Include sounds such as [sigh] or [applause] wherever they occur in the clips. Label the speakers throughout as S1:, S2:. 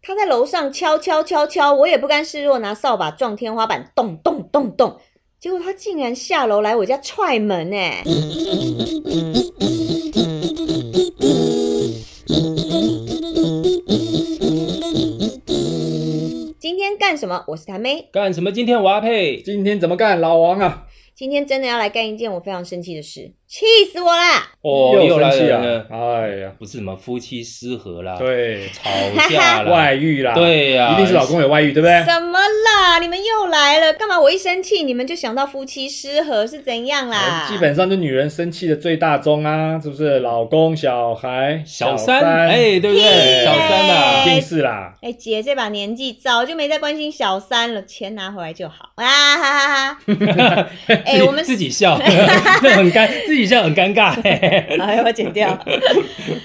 S1: 他在楼上敲敲敲敲，我也不甘示弱，拿扫把撞天花板，咚咚咚咚。结果他竟然下楼来我家踹门哎、今天干什么？我是谭妹，
S2: 干什么？今天我要配
S3: 今天怎么干，老王啊？
S1: 今天真的要来干一件我非常生气的事，气死我啦！
S2: 哦，又
S3: 生
S2: 来
S3: 气
S2: 了
S3: 啊，！哎呀，
S2: 不是什么夫妻失和啦，，
S3: 对，
S2: 吵
S3: [laughs]
S2: 架啦，
S3: 外遇啦，，
S2: 对呀、
S3: 一定是老公有外遇，对不对？
S1: 怎么啦？你们又来了？干嘛？我一生气，你们就想到夫妻失和是怎样啦？
S3: 哎基本上就女人生气的最大宗啊，是不是？老公、小孩、
S2: 小
S3: 三，
S2: 三，哎，对不对？
S1: 屁
S2: 小三啊
S3: 一
S2: 啦，
S3: 定是啦。
S1: 哎、姐这把年纪早就没再关心小三了，钱拿回来就好啊！哈哈哈！
S2: [laughs]
S1: 哎、
S2: 自己
S1: 我们
S2: [laughs] 自
S1: [laughs]
S2: 己笑，这很尴，自己笑很尴尬、 [laughs] 嘿
S1: 哎，我剪
S2: [laughs]
S1: 掉，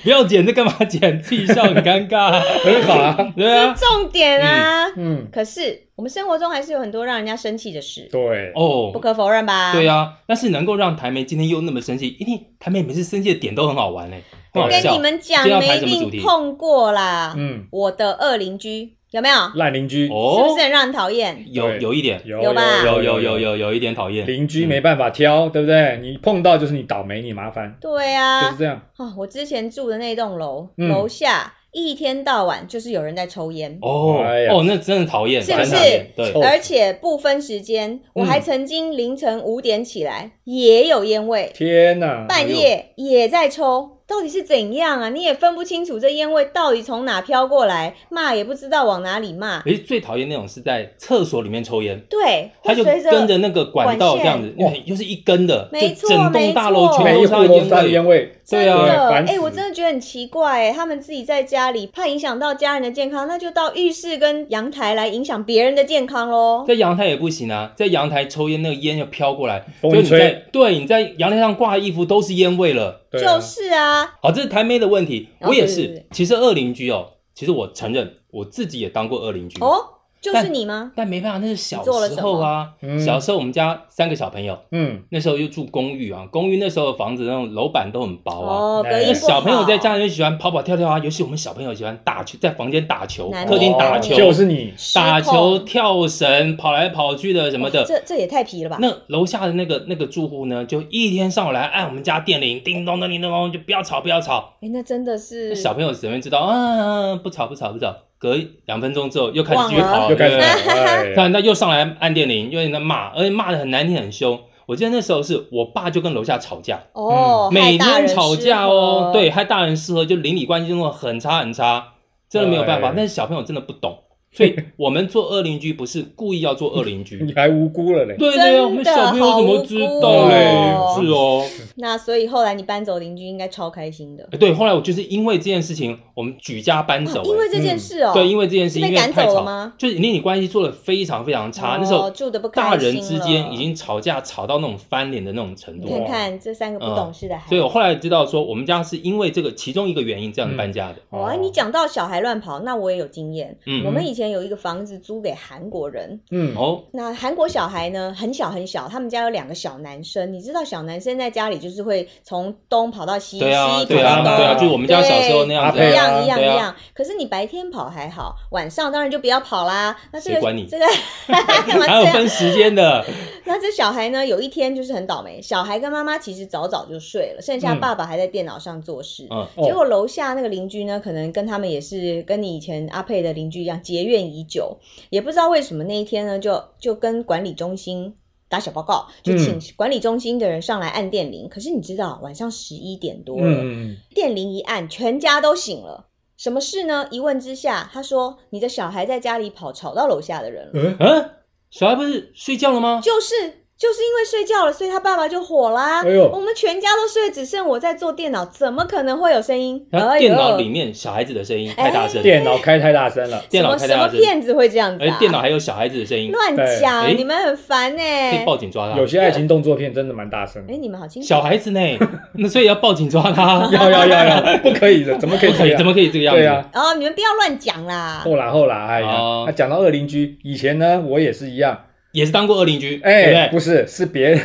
S2: 不要剪这干嘛剪？自己笑很尴
S1: [laughs]
S2: 尬，
S3: 很好啊，
S2: 对
S1: 这
S2: 啊
S1: 是，重点啊。
S3: 嗯，
S1: 可是我们生活中还是有很多让人家生气的事，
S3: 对，
S1: 不
S2: 哦。
S1: 可否认吧？
S2: 对啊，但是能够让台妹今天又那么生气，一定台妹每次生气的点都很好玩嘞、很好
S1: 跟
S2: 笑
S1: 你。们讲，
S2: 今天要
S1: 没
S2: 拍
S1: 一
S2: 什么主
S1: 定
S2: 题
S1: 碰过啦。
S3: 嗯，
S1: 我的恶邻居有没有？
S3: 烂邻居
S1: 是
S2: 哦
S1: 不是，很让人讨厌？
S2: 有
S3: 对
S2: 有一点，
S3: 有
S1: 有吧
S2: 有有有，嗯有有一点讨厌。
S3: 邻居没办法挑，对不对？你碰到就是你倒霉，你麻烦，
S1: 对
S3: 就
S1: 啊，
S3: 是这样。
S1: 啊，我之前住的那栋楼，
S3: 嗯
S1: 楼下一天到晚就是有人在抽烟，
S2: 哦
S3: 哎呀
S2: 哦，那真的讨厌，
S1: 是不是
S2: 真讨厌对
S3: 臭，
S1: 而且不分时间。我还曾经凌晨五点起
S2: 嗯
S1: 来，也有烟味，
S3: 天哪，
S2: 哎
S1: 半夜也在抽，到底是怎样啊？你也分不清楚这烟味到底从哪飘过来，骂也不知道往哪里骂。
S2: 而且最讨厌那种是在厕所里面抽烟，
S1: 对，
S2: 他就
S1: 会随
S2: 跟着那个管
S1: 管
S2: 道
S1: 线
S2: 这样子，哇，又是一根的，
S1: 没
S2: 就
S1: 错
S2: 整栋大楼全
S3: 每
S2: 部
S3: 一
S2: 都
S3: 户都
S2: 是
S3: 是
S2: 他
S3: 他
S2: 的
S3: 的
S2: 烟
S3: 烟
S2: 味。
S3: 味，
S1: 真
S2: 对啊
S1: 的，
S3: 烦
S1: 哎、
S3: 死
S1: 我真的觉得很奇怪、哎，他们自己在家里怕影响到家人的健康，那就到浴室跟阳台来影响别人的健康喽。
S2: 在阳台也不行啊，在阳台抽烟，那个烟又飘过来，
S3: 风
S2: 所以
S3: 一
S2: 你在
S3: 吹，
S2: 对你在阳台上挂的衣服都是烟味了。
S3: 对啊
S1: 就是啊，
S2: 好，这是台妹的问题，
S1: 哦
S2: 我也
S1: 对对
S2: 是
S1: 对。
S2: 其实恶邻居哦，其实我承认我自己也当过恶邻居，
S1: 哦，就是
S2: 但
S1: 你吗？
S2: 但没办法，那是小
S1: 你做了
S2: 时
S1: 什
S2: 候
S1: 么
S2: 啊。
S3: 嗯
S2: 小时候我们家三个小朋友，
S3: 嗯，
S2: 那时候又住公寓啊，公寓那时候的房子那种楼板都很薄啊。
S1: 哦，
S3: 那
S1: 隔
S2: 那
S1: 音不好。
S2: 小朋友在家里就喜欢跑跑跳跳啊，尤其我们小朋友喜欢打球，在房间打球
S1: 难，
S2: 客厅打
S1: 哦
S2: 球，
S3: 就是你，
S1: 失控
S2: 打球、跳绳、跑来跑去的什么的。
S1: 这这也太皮了吧？
S2: 那楼下的那个那个住户呢，就一天上午来按我们家电铃，叮咚咚叮咚咚，就不要吵不要吵。
S1: 哎，那真的
S2: 那
S1: 是
S2: 小朋友只能知道啊，不吵不吵不吵。隔两分钟之后又开始继续
S1: 忘了
S2: 跑，
S3: 又开始
S2: 对
S3: 了哎呀
S2: 那那又上来按电铃，又在那骂，而且骂的很难听很凶。我记得那时候是我爸就跟楼下吵架，
S1: 哦，害
S2: 嗯每
S1: 大
S2: 天
S1: 人
S2: 吵
S1: 失
S2: 架
S1: 和
S2: 哦，对，，害大人失和，就邻里关系弄得很差很差，真的没有办法
S3: 哎。
S2: 但是小朋友真的不懂，所以我们做恶邻居不是故意要做恶邻居，
S3: [laughs] 你还无辜了嘞。
S2: 对
S1: 真
S2: 对，
S1: 的
S2: 我们小朋友怎么知道嘞？
S1: 好无辜哦
S2: 是哦，
S1: 那所以后来你搬走邻居应该超开心的，
S2: 哎对，后来我就是因为这件事情，我们举家搬走
S1: 哦，因为
S2: 哎
S1: 这件
S3: 嗯
S1: 事哦，
S2: 对，因为这件事
S1: 是被
S2: 因为
S1: 赶
S2: 太
S1: 走了
S2: 吵，
S1: 吗？
S2: 就是邻里关系做的非常非常差，
S1: 哦
S2: 那时候
S1: 住的不开心
S2: 大人之间
S1: 了
S2: 已经吵架吵到那种翻脸的那种程
S1: 你
S2: 度。
S1: 看看这三个不懂事的孩子。
S2: 嗯所以我后来知道说，我们家是因为这个其中一个原因这样搬家的。
S1: 哦，你讲到小孩乱跑，那我也有经验。
S2: 嗯
S1: 我们以前有一个房子租给韩国人，
S3: 嗯，
S2: 哦，
S1: 那韩国小孩呢很小很小，他们家有两个小男生。你知道小男生在家里就是会从东跑到西，
S2: 对啊，
S1: 西
S2: 对
S1: 跑
S2: 啊，
S1: 到
S2: 对啊，
S1: 东
S2: 就是我们家小时候那样子
S1: 一
S2: 啊。
S3: 对
S1: 样一样一
S2: 对啊
S1: 样。可是你白天跑还好，晚上当然就不要跑啦。那这
S2: 谁
S1: 个
S2: 管你
S1: 这个
S2: [laughs]
S1: 干嘛
S2: 还有
S1: 这样？
S2: 分时间的，
S3: [laughs]
S1: 那这小孩呢，有一天就是很倒霉，小孩跟妈妈其实早早就睡了，剩下
S3: 嗯
S1: 爸爸还在电脑上做事。
S2: 嗯，
S1: 结
S3: 哦，
S1: 果楼下那个邻居呢，可能跟他们也是跟你以前阿佩的邻居一样结怨已久，也不知道为什么那一天呢，就就跟管理中心打小报告，就请
S3: 嗯
S1: 管理中心的人上来按电铃。可是你知道，晚上十一点多了，
S3: 嗯，
S1: 电铃一按，全家都醒了。什么事呢？一问之下，他说：“你的小孩在家里跑，吵到楼下的人了。
S3: 嗯，
S2: 嗯，小孩不是睡觉了吗”？
S1: 就是就是因为睡觉了，所以他爸爸就火啦。
S3: 哎呦
S1: 我们全家都睡，只剩我在做电脑，怎么可能会有声音？
S2: 然后
S1: 哎呦
S2: 啊电脑里面小孩子的声音太大声，
S3: 嗯电脑开太大声了，
S2: 电
S1: 什
S2: 脑
S1: 么
S2: 开
S1: 什
S2: 太
S1: 么
S2: 大声，
S1: 骗子会这样子、
S2: 而
S1: 啊？
S2: 且电脑还有小孩子的声音，
S1: 乱
S3: 对
S2: 哎
S1: 讲，你们很烦呢、
S2: 可以
S1: 欸。
S2: 报警抓他
S3: 有。些爱情动作片真的蛮大声的
S1: 哎、。你们好清楚。
S2: 小孩子呢？ [laughs] 那所以要报警抓
S3: [laughs]
S2: 他。
S3: 要要要要，不可以的，怎么可以
S2: 不可
S3: 这
S2: 以，怎
S3: 样？
S2: 么可以这个样子？
S3: 对啊，
S1: 哦，你们不要乱讲啦。
S3: 后来后来，哎呀
S2: 哦，
S3: 那讲到恶邻居，以前呢，我也是一样，
S2: 也是当过恶邻居，
S3: 哎，
S2: 对不
S3: 不是，是别
S2: [laughs]
S3: 人，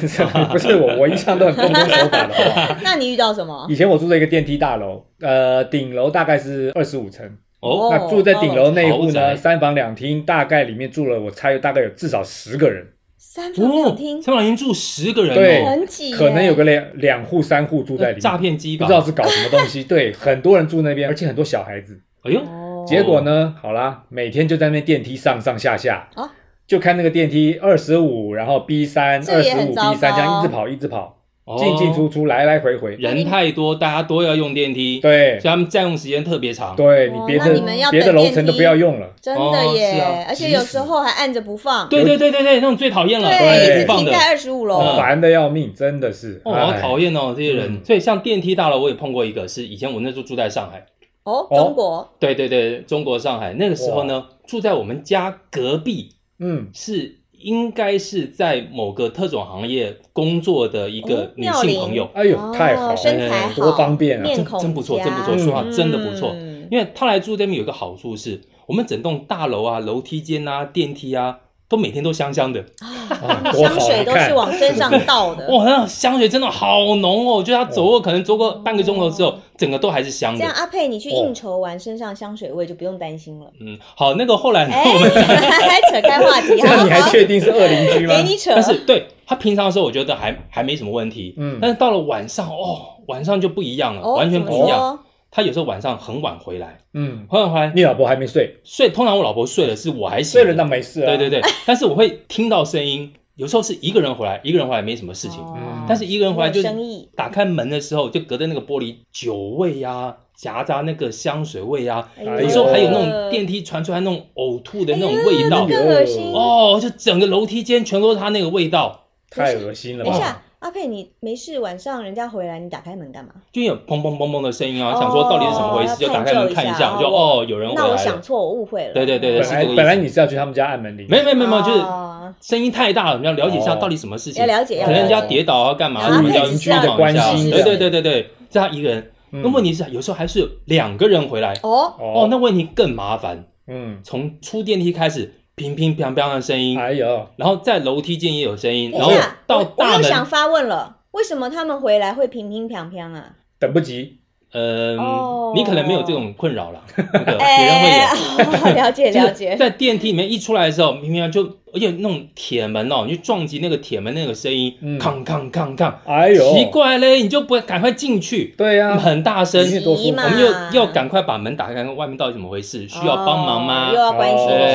S3: 不是我，我一向都很奉公守法
S1: [laughs]
S3: 的。好不好
S1: 那你遇到什么？
S3: 以前我住在一个电梯大楼，呃，顶楼大概是二十五层，
S2: 哦
S3: 那住在顶楼内户
S2: 豪宅
S3: 呢，三房两厅，大概里面住了，我猜大概有至少十个人，
S1: 三房两
S2: 哦，
S1: 厅，
S2: 三房两厅住十个人
S3: 对
S2: 哦，
S1: 很挤耶，
S3: 可能有个两两户三户住在
S2: 那
S1: 呃
S3: 里
S2: 诈
S3: 面，
S2: 骗机
S3: 不
S2: 吧
S3: 知？道是搞什么东
S1: [laughs]
S3: 西。对，很多人住那边，而且很多小孩子。
S2: 哎呦，
S1: 哦，
S3: 结果呢，好啦，每天就在那边电梯上上下下
S1: 啊，
S3: 就看那个电梯二十五，然后 B 三，
S1: 这
S3: 二
S1: 也
S3: 十
S1: 很
S3: 五
S1: 糟
S3: B 三，
S1: 糕
S3: 这样一直跑一直跑，
S2: 哦
S3: 进进出出，来来回回。
S2: 人太多，大家都要用电梯，
S3: 对
S2: 所以他们占用时间特别长。
S3: 对，
S1: 哦
S3: 你别
S1: 那你们要
S3: 的别的
S1: 等电
S3: 楼
S1: 梯
S3: 层都不要用了。
S1: 真
S2: 哦
S1: 的
S2: 是
S1: 耶
S2: 啊，
S1: 而且
S3: 急
S1: 有时
S3: 死
S1: 候还按着不放，
S2: 对对对对对，那种最讨厌了，
S1: 对，一直
S2: 不放
S1: 停
S2: 的。
S1: 在二十五
S2: 嗯
S1: 楼，
S3: 烦的要命，真的是，哎
S2: 哦，好讨
S3: 厌。
S2: 厌哦，这些人。
S3: 嗯
S2: 所以像电梯大楼，我也碰过一个，是以前我那时候住在上海，
S1: 哦，
S3: 哦
S1: 中国
S2: 对对对，中国上海那个时候呢，住在我们家隔壁，
S3: 嗯，
S2: 是应该是在某个特种行业工作的一个
S1: 哦
S2: 女
S1: 妙
S2: 性
S1: 龄
S2: 朋友，
S3: 哎呦，
S1: 哦
S3: 太好，了，
S1: 身材好，
S3: 多方便啊！
S1: 面
S2: 哎真
S1: 孔
S2: 真不错，
S1: 佳
S2: 真不错，说话
S1: 嗯
S2: 真的不错。因为她来住这边有一个好处是，我们整栋大楼啊、楼梯间啊、电梯啊，都每天都香香的，
S1: 啊
S3: 哎多
S1: [laughs] 香
S3: 好
S1: 水都是
S3: 看
S1: 往身上倒的，
S2: 哇，那香水真的好浓哦！就她走过，可能走过半个钟头之后，整个都还是香
S1: 这
S2: 的
S1: 样。阿佩你去应酬完，身上香水味就不用担心了。
S2: 嗯，好，那个后来呢，
S1: 哎，
S2: [laughs] 我们
S1: 还扯开话题，
S3: 这样
S1: 好
S3: 你还
S1: 好，
S3: 确定是二邻居
S1: [laughs]
S3: 吗？
S1: 给你扯，
S2: 但是对他平常的时候，我觉得还还没什么问题。
S3: 嗯
S2: 但是到了晚上，哦，晚上就不一样了，
S1: 哦，
S2: 完
S1: 怎
S2: 全
S1: 么
S2: 不一样。
S1: 说。
S2: 他有时候晚上很晚回来，
S3: 嗯，
S2: 很晚回来
S3: 你老婆还没睡，
S2: 睡，通常我老婆睡了，是我还醒
S3: 睡了
S2: 着。
S3: 那没事啊。
S2: 对对
S1: [laughs]
S2: 对，但是我会听到声音，有时候是一个人回来，一个人回来没什么事情，
S1: 哦
S2: 但是一个人回来就
S1: 没有生意
S2: 打开门的时候，就隔着那个玻璃酒味呀、夹杂那个香水味啊呀、
S1: 哎
S3: 呦
S2: 有时候还有那种电梯传出来那种呕吐的那种味道
S1: 哎呦，更恶心。
S2: 哦，就整个楼梯间全都是他那个味道。
S3: 太恶心了
S1: 等一
S3: 吧？
S1: 下，阿佩，你没事，晚上人家回来，你打开门干嘛？
S2: 就有砰砰砰砰的声音啊，
S1: 哦
S2: 想说到底是怎么回事，
S1: 要
S2: 就打开门看一
S1: 探究
S2: 下，
S1: 一下
S2: 就哦，有人回
S1: 那我
S2: 来
S1: 想
S2: 了。
S1: 错，我误会了。
S2: 对对对
S3: 本
S2: 对，是这
S3: 来
S2: 个意
S3: 本来
S2: 思。
S3: 你是要去他们家按门铃，
S2: 没有没有没有没有，就是
S1: 哦
S2: 声音太大了，你要了解一下
S3: 哦
S2: 到底什么事情
S1: 要，了解，要
S2: 可能人
S1: 了
S2: 家
S1: 解。
S2: 跌倒啊干嘛，
S1: 了解
S2: 你要
S1: 邻居
S2: 帮忙
S1: 的关
S2: 一下
S1: 心
S2: 对
S1: 这
S2: 对
S1: 样
S2: 对对对，是他一个人。
S3: 嗯
S2: 那问题是有时候还是有两个人回来，
S1: 哦，
S2: 哦
S3: 哦，，
S2: 那问题更麻烦。
S3: 嗯，
S2: 从出电梯开始，乒乒乓乓的声音，
S3: 哎呦，
S2: 然后在楼梯间也有声音，
S1: 等
S2: 然后
S1: 一下，
S2: 到
S1: 我我
S2: 大
S1: 又
S2: 门
S1: 想，发问了，为什么他们回来会平平平平啊？
S3: 等不及，
S2: 嗯
S1: 哦，
S2: 你可能没有这种困扰了，那个别人会
S1: [laughs]
S2: 有
S1: 哎，。哦了解了
S2: 就是
S1: 解。
S2: 在电梯里面一出来的时候，明明就而且那种铁门哦，你就撞击那个铁门那个声音，
S3: 嗯
S2: 哐哐哐哐，
S3: 哎呦，
S2: 奇，怪嘞，你就不会赶快进去，
S3: 对
S2: [laughs]
S3: 呀，
S2: 很大声，
S3: 你多舒
S1: 急
S3: 服
S1: 嘛
S2: 我们又要赶快把门打开，看看外面到底怎么回事，需要帮忙
S1: 哦又
S2: 吗？
S1: 要关心
S2: 对
S1: 一
S2: 对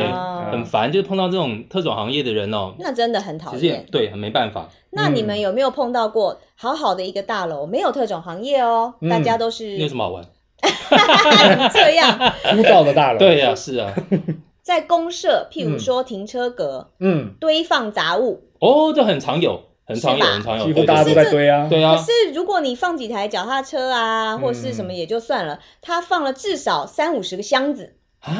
S2: 对
S1: 下。哦
S2: 很烦，就是碰到这种特种行业的人哦，
S1: 那真的很讨
S2: 其实也嗯
S1: 厌。
S2: 对，很没办法。
S1: 那你们有没有碰到过好好的一个大楼，没有特种行业哦，
S3: 嗯
S1: 大家都
S2: 你有
S1: 是
S2: 什么好玩？
S1: 这样，
S3: 枯燥的大楼，，
S2: 对呀，是啊，
S1: 在公
S2: 嗯
S1: 社，譬如说停车格
S3: 嗯，
S1: 堆放杂物，
S2: 哦，这很常有，很常有，
S1: 是吧
S2: 很常有，
S3: 几乎
S2: 对
S3: 大家都
S2: 对对
S3: 在堆啊，
S2: 哎对
S1: 可
S2: 啊，嗯
S1: 是如果你放几台脚踏车啊，或是什么也就算了，他放了至少三五十个箱子，
S2: 啊，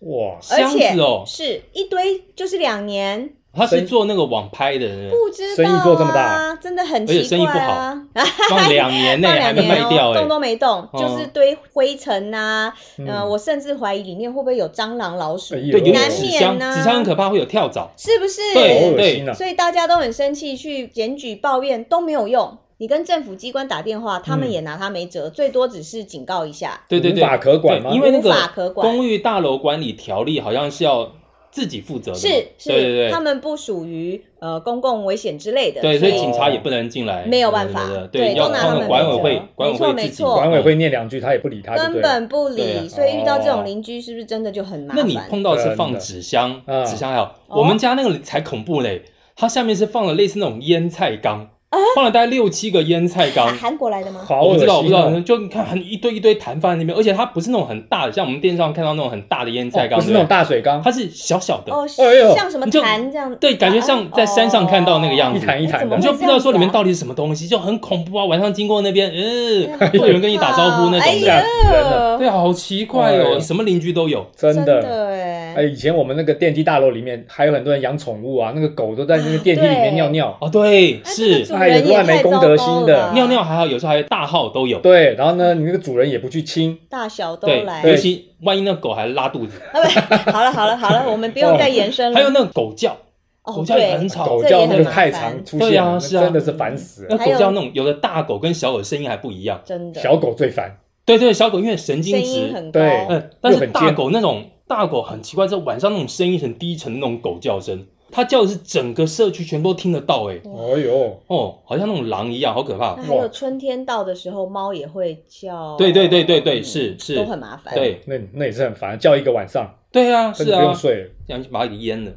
S3: 哇，
S1: 而
S2: 箱
S1: 且
S2: 子哦，
S1: 是一堆就是两年，
S2: 他是做那个网拍的人，
S1: 不知道
S3: 生意做这么
S1: 啊，
S3: 大
S1: 真的很
S2: 而且
S1: 奇
S2: 生意
S1: 怪
S2: 不好
S1: 啊，
S2: 放两年内
S1: 放
S2: 还
S1: 两
S2: 没
S1: 年
S2: 卖掉
S1: [laughs] 哦，
S2: 哎、
S1: 动都没动，
S2: 哦
S1: 就是堆灰尘呐，
S3: 嗯
S1: 呃，我甚至怀疑里面会不会有蟑螂、老鼠
S3: 哎，呦
S2: 对，有
S1: 难
S2: 纸
S1: 免
S2: 箱，
S1: 啊
S2: 纸箱很可怕，会有跳蚤。
S1: 是不是？
S2: 对
S3: 好恶心啊，
S1: 所以大家都很生气，去检举抱怨都没有用。你跟政府机关打电话，他们
S3: 嗯
S1: 也拿他没辙，最多只是警告一下。
S2: 对对
S3: 无
S2: 对，
S3: 法可管吗
S2: 对因为那
S1: 无法可
S2: 个
S1: 管
S2: 公寓大楼管理条例好像是要自己负责的嘛，
S1: 是是，
S2: 对对
S1: 他
S2: 对，
S1: 们不属于呃公共危险之类的，
S2: 对，
S1: 所
S2: 所以
S1: 以
S2: 警察也不能进来，
S1: 没有办法
S2: 对对，
S1: 对
S2: 对，
S1: 都
S2: 要
S1: 拿
S2: 靠
S1: 他
S2: 那
S1: 们
S2: 管
S1: 没
S2: 委
S1: 辙
S2: 会，管委
S1: 没错
S2: 会
S1: 没
S2: 自己，
S1: 错
S3: 管委会念两句，他也不理他，
S1: 根本不理。
S2: 对啊哦
S1: 所以遇到这
S3: 哦
S1: 种邻居是不是真的就很麻
S2: 那
S1: 烦？哦
S2: 你碰到的是放纸箱
S3: 真，的
S2: 纸箱还好，我们家那个才恐怖嘞，它下面是放了类似那种腌菜缸，放了大概六七个腌菜
S1: 啊
S2: 缸，
S1: 韩国来的吗？
S3: 好
S2: 我不
S3: 恶
S2: 知
S3: 心
S2: 道，我
S3: 哦，
S2: 不知道，就你看很一堆一堆坛放在那边，而且它不是那种很大的，像我们电视上看到那种很大的腌菜缸，
S3: 不是那
S2: 对
S3: 种大水缸，
S2: 它是小小的，
S1: 哦，
S3: 哎呦
S1: 像什么
S2: 你就
S1: 痰这样？
S2: 对，感觉像在山上看到那个样
S3: 一
S2: 子，
S3: 坛一坛的
S1: 哎
S2: 你
S1: 怎么会
S2: 就不知道说里面
S1: 这样子啊
S2: 到底是什么东西，就很恐怖啊！晚上经过那边，嗯， [laughs]
S1: 哎
S2: 会有人跟你打招呼那
S1: 哎
S2: 种
S1: 呀
S2: 的，
S3: 吓死人了，
S2: 对啊，好奇怪
S3: 哎
S2: 哦，什么邻居都有，
S3: 真
S1: 真
S3: 的。
S1: 的哎
S3: 哎，，以前我们那个电梯大楼里面还有很多人养宠物啊，那个狗都在那个
S1: 啊
S3: 电梯里面尿尿，
S2: 哦，对，
S1: 哎这个
S2: 是
S1: 主人也
S3: 哎乱没
S1: 太
S3: 公
S1: 糟糕
S3: 德心
S1: 了吧
S3: 的
S2: 尿尿还好，有时候还有大号都有，
S3: 对，然后呢，你那个主人也不去清，
S1: 大小都
S2: 对
S1: 来，。
S2: 尤其万一那狗还拉肚子，
S1: 啊不好了好了好了，我们不用再延伸了。
S2: 还有那个狗叫，
S1: 嗯哦，
S2: 狗叫也
S1: 对
S2: 很，吵
S3: 狗
S1: 这
S3: 叫
S1: 也
S3: 那
S1: 很
S3: 个
S1: 麻
S3: 太
S1: 烦
S3: 常出
S2: 对
S3: 现
S2: 啊
S3: 了，
S2: 是啊
S1: 嗯
S3: 真的是烦死了，
S2: 那
S1: 还有
S2: 狗叫那种有的大狗跟小狗声音还不一样，
S1: 真的
S3: 小狗最烦，
S2: 对对，小狗因为神经
S1: 声音
S2: 质，
S1: 很高，
S3: 对
S2: 呃，但
S3: 又
S2: 是
S3: 很
S2: 大
S3: 尖
S2: 狗那种大狗很奇怪，在晚上那种声音很低沉的那种狗叫声，它叫的是整个社区全部都听得到、欸，哎，
S3: 哦呦，
S2: 哦，好像那种狼一样，好可怕
S1: 那。还有春天到的时候，猫也会叫。
S2: 对对对对对
S1: 嗯
S2: 是是
S1: 都很麻烦。
S2: 对
S3: 那那也是很烦，叫一个晚上，
S2: 对啊，
S3: 真
S2: 是
S3: 的不用
S2: 啊，
S3: 睡了。
S2: 这样就把它给淹了。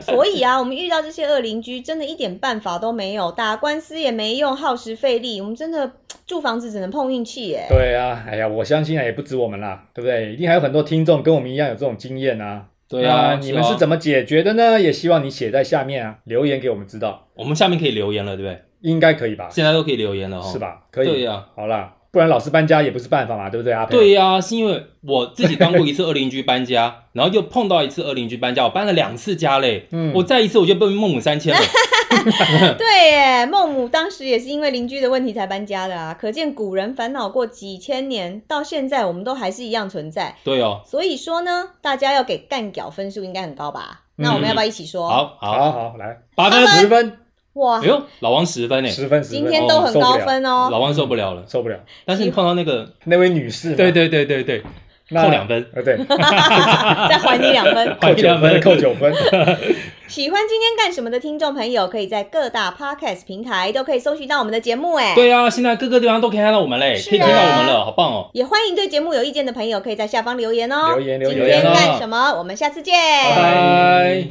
S1: 所以啊，我们遇到这些恶邻居，真的一点办法都没有，打官司也没用，耗时费力。我们真的住房子只能碰运气耶。
S3: 对啊，哎呀，我相信啊，也不止我们啦，对不对？一定还有很多听众跟我们一样有这种经验啊。
S2: 对
S3: 那
S2: 啊，
S3: 你们是
S2: 啊
S3: 怎么解决的呢？也希望你写在下面啊，留言给我们知道，
S2: 我们下面可以留言了，对不对？
S3: 应该可以吧？
S2: 现在都可以留言了哈。
S3: 是？吧？可以。
S2: 哦对呀，
S3: 好啦，不然老是搬家也不是办法嘛，对不对？阿佩。
S2: 对呀，是因为我自己当过一次二邻居搬家，然后又碰到一次二邻居搬家，我搬了两次家嘞。
S3: 嗯，
S2: 我再一次我就被孟母三迁
S1: [laughs]
S2: 了。嗯
S1: 对耶，孟母当时也是因为邻居的问题才搬家的啊，可见古人烦恼过几千年，到现在我们都还是一样存在。
S2: 对哦，
S1: 所以说呢，大家要给干屌分数应该很高吧？那我们要不要一起说？，
S2: 好好
S3: 好好来，
S2: 八分，
S3: 十分，
S1: 哇
S2: 哎，呦，老王十分呢，哎
S3: 十分，十分，
S1: 今天都很高分哦。
S2: 老王受不了了。
S3: 受不了，受不了。
S2: 但是你碰到那个，
S3: 那位女士，
S2: 对，对对对对，
S3: 那
S2: 扣两分，。
S1: [laughs]
S3: 呃，对，
S1: 再还你两分 [laughs]
S2: 还
S3: 扣
S2: 你
S3: 九
S2: 两分
S3: 分，扣九分。
S1: 喜欢今天干什么的听众朋友，可以在各大 podcast 平台都可以搜寻到我们的节目，哎，
S2: 对啊，现在各个地方都可以看到我们嘞，
S1: 是啊
S2: 可以听到我们了，好棒哦！
S1: 也欢迎对节目有意见的朋友可以在下方留言哦。
S3: 留言留言
S1: 今天干什么？我们下次见。
S3: 拜
S2: 拜。